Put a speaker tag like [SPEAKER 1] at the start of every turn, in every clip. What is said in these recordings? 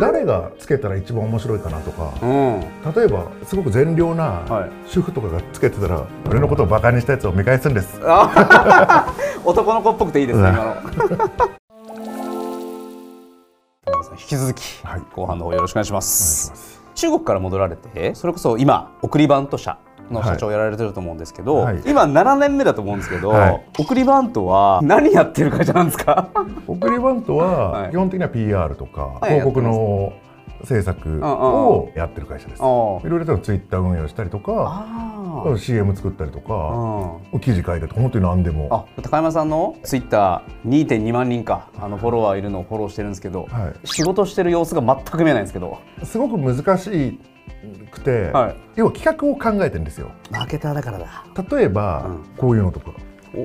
[SPEAKER 1] 誰がつけたら一番面白いかなとか
[SPEAKER 2] うん
[SPEAKER 1] 例えばすごく善良
[SPEAKER 2] は
[SPEAKER 1] な主婦とかがつけてたら、俺のことをバカにしたやつを見返すんです
[SPEAKER 2] 男の子っぽくていいですね
[SPEAKER 1] うん
[SPEAKER 2] 今の山田 さん引き続き、
[SPEAKER 1] はい
[SPEAKER 2] 後半の方よろしくお願いしま
[SPEAKER 1] お願い
[SPEAKER 2] す
[SPEAKER 1] します
[SPEAKER 2] 中国から戻られてそれこそ今送りバント社の社長をやられてると思うんですけど、
[SPEAKER 1] はい
[SPEAKER 2] 今7年目だと思うんですけど、
[SPEAKER 1] はい
[SPEAKER 2] 送りバントは何やってる会社なんで すか
[SPEAKER 1] 送りバント
[SPEAKER 2] は
[SPEAKER 1] はい基本的には PR とか
[SPEAKER 2] はい
[SPEAKER 1] 広告の制作をやってる会社ですい
[SPEAKER 2] おー
[SPEAKER 1] ろいろとツイッター運用したりとか
[SPEAKER 2] あ
[SPEAKER 1] CM 作ったりと
[SPEAKER 2] ー
[SPEAKER 1] か
[SPEAKER 2] うん
[SPEAKER 1] 記事書いたりとか本当に何でも
[SPEAKER 2] あ高山さんのツイッター2.2万人かあのフォロワーいるのをフォローしてるんですけど、
[SPEAKER 1] は
[SPEAKER 2] 仕事してる様子が全く見えないんですけど
[SPEAKER 1] すごく難しくて
[SPEAKER 2] はい
[SPEAKER 1] 要は企画を考えてるんですよ
[SPEAKER 2] マーケターだからだ
[SPEAKER 1] 例えば
[SPEAKER 2] うん
[SPEAKER 1] こういうのとか
[SPEAKER 2] お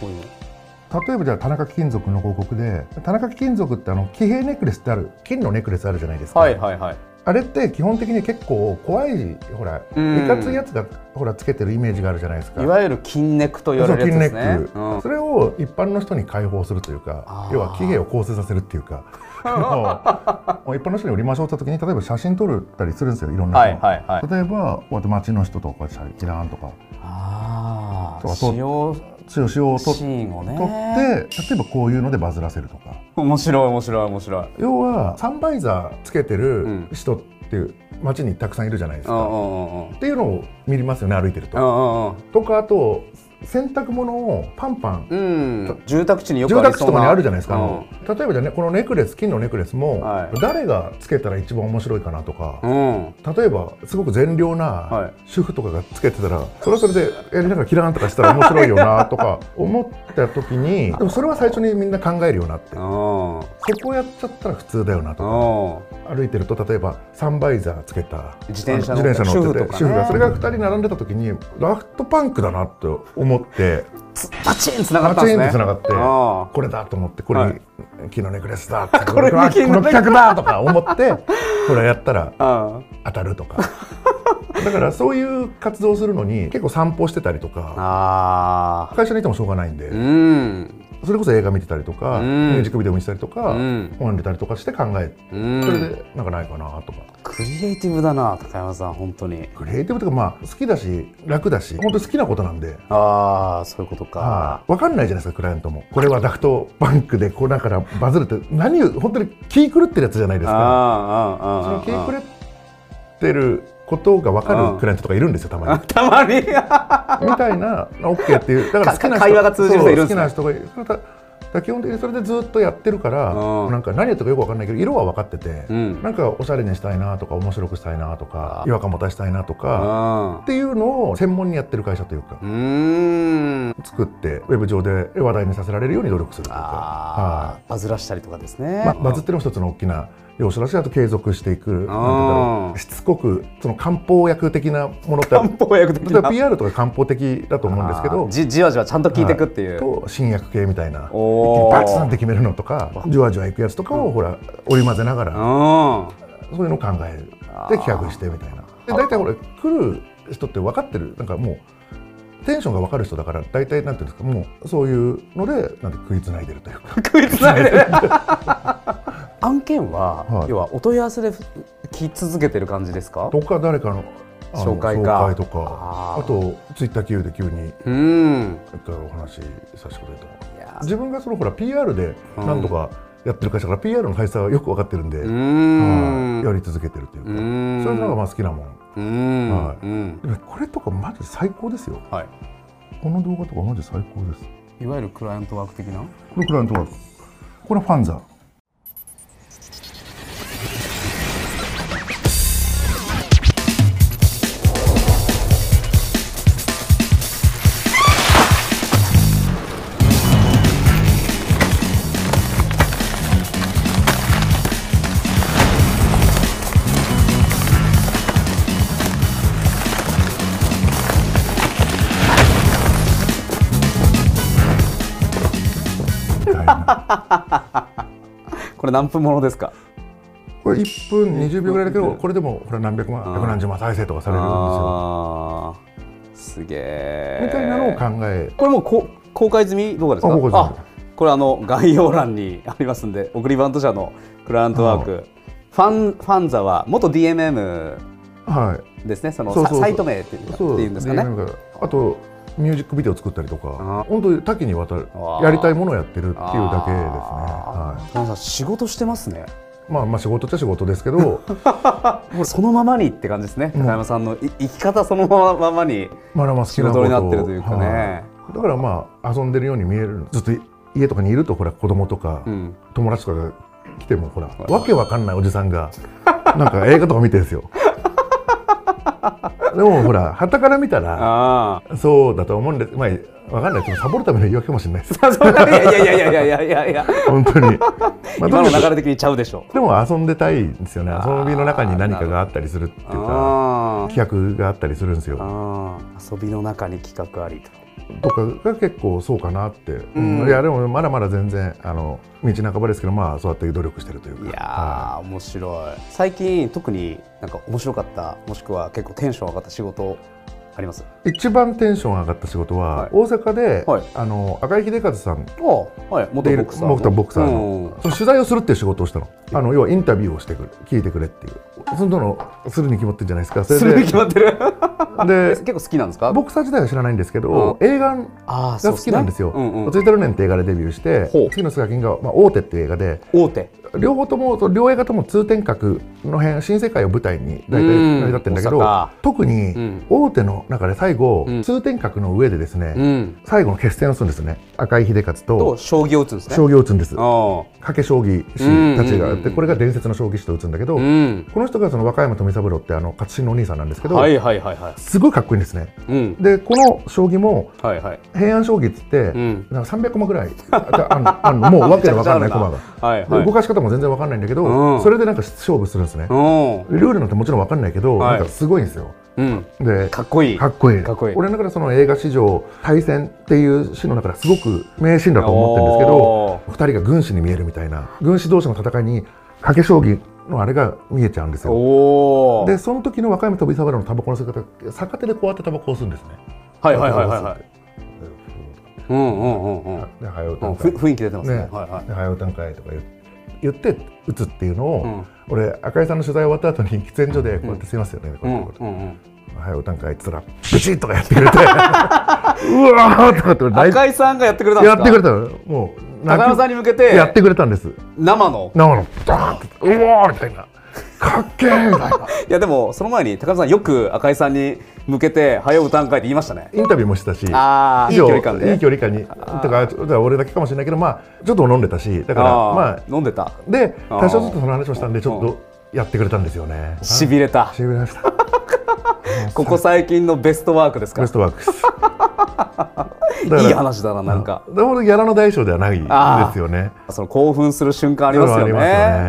[SPEAKER 2] こういうの
[SPEAKER 1] 例えばじゃあ田中貴金属の広告で田中貴金属ってあの騎兵ネックレスってある金のネックレスあるじゃないですか、
[SPEAKER 2] はいはいはい
[SPEAKER 1] あれって基本的に結構怖いほら
[SPEAKER 2] うん
[SPEAKER 1] いかついやつがほらつけてるイメージがあるじゃないですか
[SPEAKER 2] いわゆる筋ネクと言わ
[SPEAKER 1] そ
[SPEAKER 2] れ
[SPEAKER 1] う
[SPEAKER 2] る
[SPEAKER 1] 金
[SPEAKER 2] やつ
[SPEAKER 1] ネ
[SPEAKER 2] ですね
[SPEAKER 1] ック、
[SPEAKER 2] うん
[SPEAKER 1] それを一般の人に解放するという
[SPEAKER 2] あ
[SPEAKER 1] か
[SPEAKER 2] ー
[SPEAKER 1] 要は騎兵を構成させるっていう か あのもう一般の人に売りましょうって時に例えば写真撮るたりするんですよいろんな
[SPEAKER 2] はい
[SPEAKER 1] 人の
[SPEAKER 2] はいはい
[SPEAKER 1] 例えばこうやって街の人とかキラーンとか
[SPEAKER 2] ああ
[SPEAKER 1] そうそう
[SPEAKER 2] 使用
[SPEAKER 1] 強しを撮っ
[SPEAKER 2] シーンをね
[SPEAKER 1] 撮って例えばこういうのでバズらせるとか
[SPEAKER 2] 面白い面白い面白い
[SPEAKER 1] 要はサンバイザーつけて
[SPEAKER 2] うん
[SPEAKER 1] る人っていう街にたくさんいるじゃないです
[SPEAKER 2] うんう
[SPEAKER 1] か、っ
[SPEAKER 2] んうんうん
[SPEAKER 1] ていうのを見れますよね歩いてる
[SPEAKER 2] う
[SPEAKER 1] と。
[SPEAKER 2] んうん
[SPEAKER 1] とかあと洗濯物をパンパン
[SPEAKER 2] うんうん住宅地によ
[SPEAKER 1] 住
[SPEAKER 2] くあり
[SPEAKER 1] 宅地
[SPEAKER 2] そ
[SPEAKER 1] と
[SPEAKER 2] うな
[SPEAKER 1] かにあるじゃないですか、あの
[SPEAKER 2] う
[SPEAKER 1] 例えばじゃあねこのネックレス金のネックレスも、
[SPEAKER 2] はい
[SPEAKER 1] 誰がつけたら一番面白いかなとか、
[SPEAKER 2] んうん
[SPEAKER 1] 例えばすごく善良
[SPEAKER 2] は
[SPEAKER 1] な主婦とかがつけてたら、それはそれでえなんかキラーンとかしたら面白いよなとか思った時にでもそれは最初にみんな考えるよなってそ
[SPEAKER 2] うん
[SPEAKER 1] こをやっちゃったら普通だよなとか
[SPEAKER 2] うん
[SPEAKER 1] 歩いてると例えばサンバイザーつけた
[SPEAKER 2] 自転車の
[SPEAKER 1] あ自転車乗ってて
[SPEAKER 2] 主婦とかね
[SPEAKER 1] 主婦がそれが2人並んでた時にラフトパンクだなって思って
[SPEAKER 2] つパチン繋が
[SPEAKER 1] パ
[SPEAKER 2] った
[SPEAKER 1] チ
[SPEAKER 2] ん
[SPEAKER 1] ン
[SPEAKER 2] で
[SPEAKER 1] って
[SPEAKER 2] すね
[SPEAKER 1] つながって
[SPEAKER 2] あ
[SPEAKER 1] これだと思ってこれ
[SPEAKER 2] は
[SPEAKER 1] に
[SPEAKER 2] い
[SPEAKER 1] 木のネックレスだ
[SPEAKER 2] これに
[SPEAKER 1] こはこ
[SPEAKER 2] 木の
[SPEAKER 1] の
[SPEAKER 2] ネックレス
[SPEAKER 1] 企画だとか思ってこれやったら
[SPEAKER 2] あうん
[SPEAKER 1] 当たるとかだからそういう活動をするのに結構散歩してたりとか
[SPEAKER 2] あ
[SPEAKER 1] 会社にいてもしょうがないんで
[SPEAKER 2] ーうん
[SPEAKER 1] それこそ映画見てたりとか
[SPEAKER 2] う
[SPEAKER 1] ミ
[SPEAKER 2] ん
[SPEAKER 1] ュージックビデオ見てたりと
[SPEAKER 2] う
[SPEAKER 1] か
[SPEAKER 2] ん
[SPEAKER 1] 本読んでたりとかして考えて
[SPEAKER 2] うん
[SPEAKER 1] それでなんかないかなとか。
[SPEAKER 2] クリエイティブだな高山さん本当に
[SPEAKER 1] クリエイティブというかまあ好きだし楽だし本当に好きなことなんで。
[SPEAKER 2] ああそういうことか
[SPEAKER 1] は分かんないじゃないですかクライアントもこれはダフトバンクでこうだからバズるって何を本当に気狂ってるやつじゃないですかその
[SPEAKER 2] あーあーあーあー
[SPEAKER 1] 気狂ってることが分かるクライアントとかいるんですよたま に
[SPEAKER 2] たまに
[SPEAKER 1] みたいな OK っていうだから好きな人
[SPEAKER 2] か会話が通じる人いるんですね
[SPEAKER 1] そう好きな人がいるそれだだから基本的にそれでずっとやってるから
[SPEAKER 2] うん
[SPEAKER 1] なんか何やってるかよく分かんないけど色は分かってて
[SPEAKER 2] うん
[SPEAKER 1] なんかおしゃれにしたいなとか面白くしたいなとか
[SPEAKER 2] あ
[SPEAKER 1] 違和感持たしたいなとか
[SPEAKER 2] あ
[SPEAKER 1] っていうのを専門にやってる会社というか、
[SPEAKER 2] ーうーん
[SPEAKER 1] 作ってウェブ上で話題にさせられるように努力するというか、
[SPEAKER 2] あ
[SPEAKER 1] は
[SPEAKER 2] ーバズらしたりとかです
[SPEAKER 1] い
[SPEAKER 2] ね
[SPEAKER 1] まバズってるのも一つの大きな要素だしあと継続していくなんて言うんだろうしつこくその漢方薬的なものってあ
[SPEAKER 2] 漢
[SPEAKER 1] る
[SPEAKER 2] 方薬的
[SPEAKER 1] 例えば
[SPEAKER 2] な
[SPEAKER 1] PR とか漢方的だと思うんですけ
[SPEAKER 2] あ
[SPEAKER 1] ど
[SPEAKER 2] ーじじわじわちゃんと聞いていくっていう、
[SPEAKER 1] と新薬系みたいな
[SPEAKER 2] おー
[SPEAKER 1] バツンって決めるのとかじわじわいくやつとかをほら織り交ぜながら
[SPEAKER 2] う
[SPEAKER 1] そういうのを考える
[SPEAKER 2] あー
[SPEAKER 1] で企画してみたいなで大体ほら来る人って分かってるなんかもうテンションが分かる人だから大体なんていうんですかもうそういうのでなんて食いつないでるというか
[SPEAKER 2] ん食いつな いで案件は、
[SPEAKER 1] はい
[SPEAKER 2] 要はお問い合わせで聞き続けてる感じですか
[SPEAKER 1] とか誰かのあの
[SPEAKER 2] 紹介か
[SPEAKER 1] 紹介とか
[SPEAKER 2] あ
[SPEAKER 1] あ
[SPEAKER 2] ー
[SPEAKER 1] とツイッター経由で急に
[SPEAKER 2] うん
[SPEAKER 1] 一回お話しさせてくれと
[SPEAKER 2] いや
[SPEAKER 1] 自分がそのほら PR で
[SPEAKER 2] うん
[SPEAKER 1] なんとかやってる会社から PR の会社はよく分かってるんで、
[SPEAKER 2] う
[SPEAKER 1] はい
[SPEAKER 2] ん
[SPEAKER 1] やり続けてるというか、
[SPEAKER 2] うん
[SPEAKER 1] そういうのがまあ好きなもん
[SPEAKER 2] うん
[SPEAKER 1] は
[SPEAKER 2] うん
[SPEAKER 1] でもこれとかマジ最高ですよ
[SPEAKER 2] は
[SPEAKER 1] この動画とかマジ最高です
[SPEAKER 2] い、いわゆるクライアントワーク的な
[SPEAKER 1] これクライアントワークこれファンザみたい な
[SPEAKER 2] これ何分ものですか
[SPEAKER 1] これ1分20秒ぐらいだけどこれでもこれ何百万
[SPEAKER 2] うん
[SPEAKER 1] 百何十万再生とかされるんですよ
[SPEAKER 2] あーすげえ
[SPEAKER 1] みたいなのを考え
[SPEAKER 2] これもうこ公開済み動画ですか
[SPEAKER 1] あ公開済み
[SPEAKER 2] これあの概要欄にありますんで送りバント社のクライアントワークファンファンザは元 DMM
[SPEAKER 1] はい
[SPEAKER 2] ですねその
[SPEAKER 1] そうそうそう
[SPEAKER 2] サイト名っていうかっていうんですかね
[SPEAKER 1] DMM があとミュージックビデオ作ったりと
[SPEAKER 2] あ
[SPEAKER 1] か本当に多岐にわたる
[SPEAKER 2] あー
[SPEAKER 1] やりたいものをやってるっていうだけですね、
[SPEAKER 2] あ
[SPEAKER 1] は
[SPEAKER 2] ー田中さん仕事してますね
[SPEAKER 1] い、まあまあ仕事っちゃ仕事ですけど
[SPEAKER 2] そのままにって感じですね
[SPEAKER 1] うん
[SPEAKER 2] 高山さんのい生き方そのまままに
[SPEAKER 1] まあまあ好き
[SPEAKER 2] 仕
[SPEAKER 1] なこ
[SPEAKER 2] 事
[SPEAKER 1] と
[SPEAKER 2] になってるというか
[SPEAKER 1] は
[SPEAKER 2] ね、
[SPEAKER 1] いだからまあ遊んでるように見えるずっと家とかにいるとほら子供とか、
[SPEAKER 2] うん、
[SPEAKER 1] 友達とかが来てもほらわけわかんないおじさんがなんか映画とか見てるんです よでもほらはたから見たら
[SPEAKER 2] あ
[SPEAKER 1] そうだと思うんですまあわかんないですサボるための言い訳かもしれないです
[SPEAKER 2] あそんないやいやいやいやいやいやいや
[SPEAKER 1] 本当 に、まあ、
[SPEAKER 2] 今
[SPEAKER 1] と
[SPEAKER 2] の
[SPEAKER 1] にか
[SPEAKER 2] 流
[SPEAKER 1] く
[SPEAKER 2] れ的にちゃうでしょ
[SPEAKER 1] でも遊んでたいんですよね遊びの中に何かがあったりするっていうか
[SPEAKER 2] あー
[SPEAKER 1] 企画があったりするんですよ
[SPEAKER 2] あー遊びの中に企画ありと
[SPEAKER 1] とかが結構そうかなって、
[SPEAKER 2] ん
[SPEAKER 1] うんいやでもまだまだ全然あの道半ばですけどまあそうやって努力してるというか
[SPEAKER 2] いや
[SPEAKER 1] は
[SPEAKER 2] ー面白い最近特になんか面白かったもしくは結構テンション上がった仕事あります
[SPEAKER 1] い一番テンション上がった仕事は、
[SPEAKER 2] はい
[SPEAKER 1] 大阪で、
[SPEAKER 2] はい
[SPEAKER 1] あの赤井秀和さん
[SPEAKER 2] あはい元ボクサーの
[SPEAKER 1] 元ボクサーのその取材をするっていう仕事をしたのあの要はインタビューをしてくれ聞いてくれっていうそんなのするに決まってるじゃないですかそ
[SPEAKER 2] うん
[SPEAKER 1] れ
[SPEAKER 2] す
[SPEAKER 1] で
[SPEAKER 2] るに決まってる
[SPEAKER 1] で
[SPEAKER 2] 結構好きなんですか
[SPEAKER 1] ボクサー自体は知らないんですけど、映画
[SPEAKER 2] あー
[SPEAKER 1] が好きなんですよ「
[SPEAKER 2] そうっねうんうん
[SPEAKER 1] ついてるねん」って映画でデビューして
[SPEAKER 2] ほう
[SPEAKER 1] 次の「スカキンが」まあ、大手っていう映画で
[SPEAKER 2] 大手
[SPEAKER 1] 両方とも両映画とも通天閣の辺新世界を舞台に大体成り立ってるんだけ
[SPEAKER 2] うん大
[SPEAKER 1] ど
[SPEAKER 2] 阪
[SPEAKER 1] 特
[SPEAKER 2] う
[SPEAKER 1] に
[SPEAKER 2] ん
[SPEAKER 1] 大手の中で最後、
[SPEAKER 2] うん
[SPEAKER 1] 通天閣の上でですね、
[SPEAKER 2] うん
[SPEAKER 1] 最後の決戦をするんですね赤井秀和
[SPEAKER 2] と
[SPEAKER 1] と
[SPEAKER 2] 将棋を打つんですね
[SPEAKER 1] 将棋を打つんです
[SPEAKER 2] あ
[SPEAKER 1] 賭け将棋士たちがや
[SPEAKER 2] うん
[SPEAKER 1] っ
[SPEAKER 2] うんうんう
[SPEAKER 1] て
[SPEAKER 2] ん
[SPEAKER 1] これが伝説の将棋士と打つんだけど、
[SPEAKER 2] ーうん
[SPEAKER 1] この人がその若山富三郎ってあの勝新のお兄さんなんですけど、
[SPEAKER 2] はいはいはいは
[SPEAKER 1] すごいかっこいいんですね
[SPEAKER 2] いうん
[SPEAKER 1] でこの将棋も
[SPEAKER 2] はいはい
[SPEAKER 1] 平安将棋っつって、
[SPEAKER 2] うん
[SPEAKER 1] なんか300駒ぐらいああのあのもうわけのわかんない駒が
[SPEAKER 2] はい
[SPEAKER 1] で
[SPEAKER 2] はい
[SPEAKER 1] 動かし方も全然わかんないんだけど、
[SPEAKER 2] うん
[SPEAKER 1] それでなんか勝負するんですね、
[SPEAKER 2] うん
[SPEAKER 1] ルールなんてもちろんわかんないけど、
[SPEAKER 2] はい
[SPEAKER 1] なんかすごいんですよ
[SPEAKER 2] うん
[SPEAKER 1] で
[SPEAKER 2] かっこいい
[SPEAKER 1] かっこいい
[SPEAKER 2] かっこいい
[SPEAKER 1] 俺の中でその映画史上対戦っていうシーンの中ですごく名シーンだと思ってるんですけど
[SPEAKER 2] お
[SPEAKER 1] 2人が軍師に見えるみたいな軍師同士の戦いに賭け将棋のあれが見えちゃうんです
[SPEAKER 2] ー
[SPEAKER 1] よ
[SPEAKER 2] おー
[SPEAKER 1] でその時の若山飛び三郎のタバコの吸い方逆手でこうやってタバコを吸うんですね
[SPEAKER 2] はいはいはいはいはいうんうんうんうん
[SPEAKER 1] で「はよう
[SPEAKER 2] う
[SPEAKER 1] た
[SPEAKER 2] ん
[SPEAKER 1] ん
[SPEAKER 2] ふ
[SPEAKER 1] かい」
[SPEAKER 2] 雰囲気出てますね
[SPEAKER 1] ね
[SPEAKER 2] はいはい
[SPEAKER 1] で「はようたんかい」とか言う言って打つっていうのを、
[SPEAKER 2] うん
[SPEAKER 1] 俺赤井さんの取材終わった後に喫煙所でこうやってすいますよね、こ
[SPEAKER 2] う
[SPEAKER 1] うや
[SPEAKER 2] ん
[SPEAKER 1] ってこう
[SPEAKER 2] う
[SPEAKER 1] や
[SPEAKER 2] んうん
[SPEAKER 1] っておはようたんかい」っつったら「ブチッ!」とかやって くれてうわーとかって俺泣い
[SPEAKER 2] 赤井さんがやってくれたんで
[SPEAKER 1] やっ
[SPEAKER 2] すか
[SPEAKER 1] てくれたのもう
[SPEAKER 2] 高山さんに向けて
[SPEAKER 1] やってくれたんです
[SPEAKER 2] 生の
[SPEAKER 1] 生のダーンって「うわ!」みたいな「かっけー!」みたいない
[SPEAKER 2] やでもその前に高山さんよく赤井さんに向けて「早う歌うんかい」って言いましたね
[SPEAKER 1] インタビューもしてたし
[SPEAKER 2] ああいい距離感で
[SPEAKER 1] いい距離感にだからだから俺だけかもしれないけどまあちょっと飲んでたしだから
[SPEAKER 2] あー
[SPEAKER 1] まあ
[SPEAKER 2] 飲んでた
[SPEAKER 1] で
[SPEAKER 2] あー
[SPEAKER 1] 多少ちょっとその話をしたんでちょっとやってくれたんですよね
[SPEAKER 2] し
[SPEAKER 1] れ
[SPEAKER 2] びれた
[SPEAKER 1] しびれました
[SPEAKER 2] ここ最近のベストワークですか
[SPEAKER 1] ベストワークス
[SPEAKER 2] いい話だななんか
[SPEAKER 1] でもギャラの大小ではないですよね
[SPEAKER 2] その興奮する瞬間ありますよね
[SPEAKER 1] それは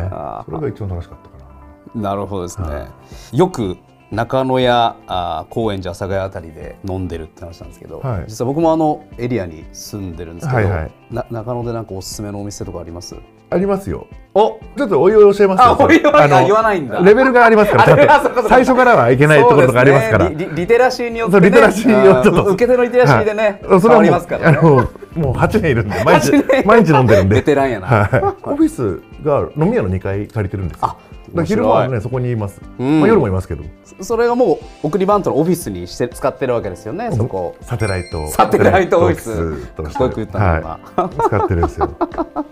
[SPEAKER 1] ありますよね
[SPEAKER 2] あ
[SPEAKER 1] それが一番楽しかったかな
[SPEAKER 2] ーなるほどですねよく中野やあー高円寺阿佐ヶ谷あたりで飲んでるって話なんですけど、
[SPEAKER 1] はい
[SPEAKER 2] 実は僕もあのエリアに住んでるんですけど、
[SPEAKER 1] はいはい
[SPEAKER 2] な中野でなんかおすすめのお店とかあります
[SPEAKER 1] ありますよ
[SPEAKER 2] お
[SPEAKER 1] ちょっとおいおい教えますよ
[SPEAKER 2] あおいおい
[SPEAKER 1] の
[SPEAKER 2] あ言わないんだ
[SPEAKER 1] レベルがありますからちゃんと
[SPEAKER 2] あれあそっかそっか
[SPEAKER 1] 最初からはいけないところとかありますから
[SPEAKER 2] そうでねリリリテラシーによって、
[SPEAKER 1] そう
[SPEAKER 2] ね、
[SPEAKER 1] リテラシーをちょっ
[SPEAKER 2] あー
[SPEAKER 1] と
[SPEAKER 2] 受け手のリテラシーでね、
[SPEAKER 1] はいそれは
[SPEAKER 2] 変わ
[SPEAKER 1] も
[SPEAKER 2] り
[SPEAKER 1] う
[SPEAKER 2] ますから、ね
[SPEAKER 1] あ、のもう8年いるんで毎日
[SPEAKER 2] 8年
[SPEAKER 1] 毎日飲んでるんで
[SPEAKER 2] ベテランやな
[SPEAKER 1] はい、オフィスが飲み屋の2階借りてるんですよ
[SPEAKER 2] あ
[SPEAKER 1] だから昼間はねそこにいます、
[SPEAKER 2] うん
[SPEAKER 1] まあ、夜もいますけど
[SPEAKER 2] それがもう送りバントのオフィスにして使ってるわけですよねそこ
[SPEAKER 1] サテライト
[SPEAKER 2] サテライトオフィス
[SPEAKER 1] として
[SPEAKER 2] かっこよく言ったな
[SPEAKER 1] はい、使ってるんです よ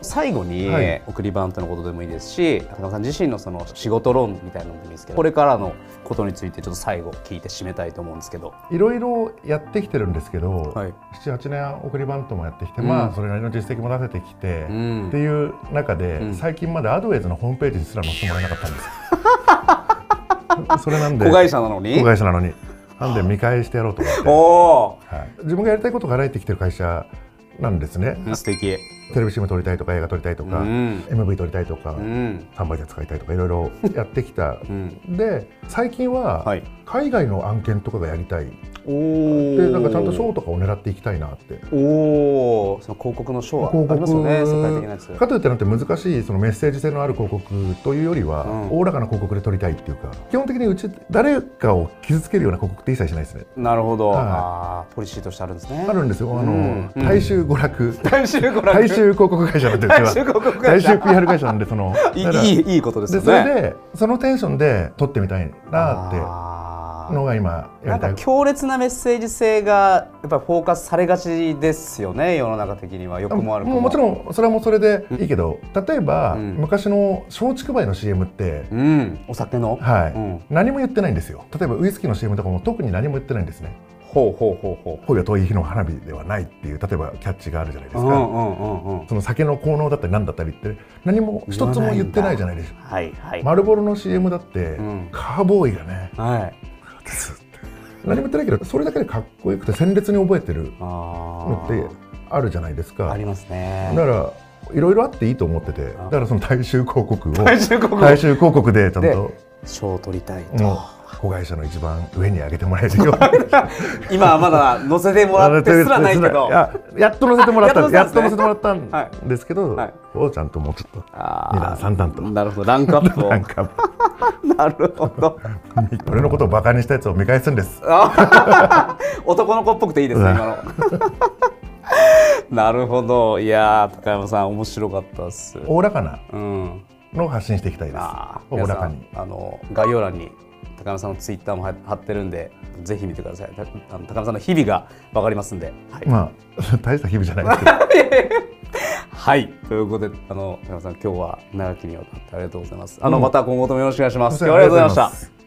[SPEAKER 2] 最後に、
[SPEAKER 1] はい
[SPEAKER 2] 送りバントのことでもいいですし高田さん自身のその仕事論みたいなのでもいいですけどこれからのことについてちょっと最後聞いて締めたいと思うんですけど
[SPEAKER 1] いろいろやってきてるんですけど、
[SPEAKER 2] はい
[SPEAKER 1] 78年送りバントもやってきて、
[SPEAKER 2] うん
[SPEAKER 1] まあそれなりの実績も出せてきて、
[SPEAKER 2] うん
[SPEAKER 1] っていう中で、
[SPEAKER 2] ん
[SPEAKER 1] 最近までアドウェイズのホームページにすら載せてもらえなかったんですよ それなんで
[SPEAKER 2] 子会社なのに
[SPEAKER 1] 子会社なのになんで見返してやろうと思って、は
[SPEAKER 2] お
[SPEAKER 1] い、自分がやりたいことが叶えてきてる会社なんですね、
[SPEAKER 2] お素敵
[SPEAKER 1] テレビ CM 撮りたいとか映画撮りたいと
[SPEAKER 2] う
[SPEAKER 1] か、
[SPEAKER 2] ん
[SPEAKER 1] MV 撮りたいとか、
[SPEAKER 2] うん
[SPEAKER 1] 販売で使いたいとかいろいろやってきた
[SPEAKER 2] うん
[SPEAKER 1] で最近
[SPEAKER 2] は
[SPEAKER 1] はい海外の案件とかがやりたい
[SPEAKER 2] おお
[SPEAKER 1] でなんかちゃんと賞とかを狙っていきたいなって
[SPEAKER 2] おお、その広告の賞はありますよね、世界的なやつ。
[SPEAKER 1] かといってなんて難しいそのメッセージ性のある広告というよりは
[SPEAKER 2] うん
[SPEAKER 1] おお、らかな広告で撮りたいっていうか基本的にうち誰かを傷つけるような広告って一切しないですね
[SPEAKER 2] なるほど、
[SPEAKER 1] はい
[SPEAKER 2] ああー、ポリシーとしてあるんですね
[SPEAKER 1] あ。るんですよあの、
[SPEAKER 2] うん
[SPEAKER 1] 大衆娯楽
[SPEAKER 2] 大衆娯楽。
[SPEAKER 1] 大衆収広告会社なんでうちは
[SPEAKER 2] 大衆広告会
[SPEAKER 1] 大
[SPEAKER 2] 社
[SPEAKER 1] 衆 PR 会社なんでその
[SPEAKER 2] い
[SPEAKER 1] だから
[SPEAKER 2] いいいいいことです
[SPEAKER 1] で
[SPEAKER 2] よ
[SPEAKER 1] それ
[SPEAKER 2] ね。
[SPEAKER 1] でそのテンションで撮ってみたいなっ
[SPEAKER 2] あ
[SPEAKER 1] て
[SPEAKER 2] ー
[SPEAKER 1] のが今や
[SPEAKER 2] なん
[SPEAKER 1] りた
[SPEAKER 2] か
[SPEAKER 1] い
[SPEAKER 2] 強烈なメッセージ性がやっぱりフォーカスされがちですよね世の中的にはよくも悪くも
[SPEAKER 1] うもちろんそれもそれでいいけど、例えば、
[SPEAKER 2] うん
[SPEAKER 1] 昔の松竹梅の CM って、
[SPEAKER 2] うんお酒の、
[SPEAKER 1] はい、
[SPEAKER 2] うん
[SPEAKER 1] 何も言ってないんですよ例えばウイスキーの CM とかも特に何も言ってないんですね
[SPEAKER 2] ほうほうほうほう
[SPEAKER 1] 恋が遠い日の花火ではないっていう例えばキャッチがあるじゃないです
[SPEAKER 2] う
[SPEAKER 1] か、
[SPEAKER 2] んうんうんうん
[SPEAKER 1] その酒の効能だったり何だったりって何も一つも言ってないじゃないですか
[SPEAKER 2] はいはい、
[SPEAKER 1] 丸ボロの CM だって、
[SPEAKER 2] うん
[SPEAKER 1] カーボーイがね
[SPEAKER 2] はい
[SPEAKER 1] ですって何も言ってないけどそれだけでかっこよくて鮮烈に覚えてる
[SPEAKER 2] あ
[SPEAKER 1] のっ
[SPEAKER 2] ー
[SPEAKER 1] てあるじゃないです
[SPEAKER 2] あ
[SPEAKER 1] か
[SPEAKER 2] りますね
[SPEAKER 1] だからいろいろあっていいと思っててだ
[SPEAKER 2] あ
[SPEAKER 1] からその大衆広告を
[SPEAKER 2] 大衆国
[SPEAKER 1] 大衆広告でちゃん
[SPEAKER 2] で
[SPEAKER 1] と
[SPEAKER 2] 賞を取りたいと、
[SPEAKER 1] もう子会社の一番上に上げてもらえる ように
[SPEAKER 2] 今はまだ載せてもらってすらないけ ど
[SPEAKER 1] ややっと乗せてもらったんですや
[SPEAKER 2] あ やっ
[SPEAKER 1] っ
[SPEAKER 2] と
[SPEAKER 1] と
[SPEAKER 2] 乗
[SPEAKER 1] 乗せ
[SPEAKER 2] せて
[SPEAKER 1] てもらったん
[SPEAKER 2] はい
[SPEAKER 1] ですけど、
[SPEAKER 2] はい
[SPEAKER 1] をちゃんともうちょっと
[SPEAKER 2] あー
[SPEAKER 1] 二段三段と
[SPEAKER 2] なる ほどランクアップを
[SPEAKER 1] なんか
[SPEAKER 2] なるほど
[SPEAKER 1] 俺のことをバカにしたやつを見返すんです
[SPEAKER 2] あ男の子っぽくていいですね今の なるほどいやー高山さん面白かったっす
[SPEAKER 1] おおらかな
[SPEAKER 2] うん
[SPEAKER 1] のを発信していきたいです
[SPEAKER 2] あー
[SPEAKER 1] お
[SPEAKER 2] 皆
[SPEAKER 1] お
[SPEAKER 2] さ
[SPEAKER 1] らかに
[SPEAKER 2] んあの概要欄に高山さんのツイッターも貼貼ってるんでぜひ見てくださいたあの高山さんの日々がわかりますんではい、
[SPEAKER 1] まあ 大した日々じゃないです けど
[SPEAKER 2] はい、ということであの高山さん今日は長きにわたってありがとうございますあの、また今後ともよろしくお願いします
[SPEAKER 1] すい
[SPEAKER 2] 今日
[SPEAKER 1] ま
[SPEAKER 2] は
[SPEAKER 1] せん
[SPEAKER 2] ありがとうございま
[SPEAKER 1] ありがとうござい
[SPEAKER 2] し
[SPEAKER 1] ま
[SPEAKER 2] た
[SPEAKER 1] す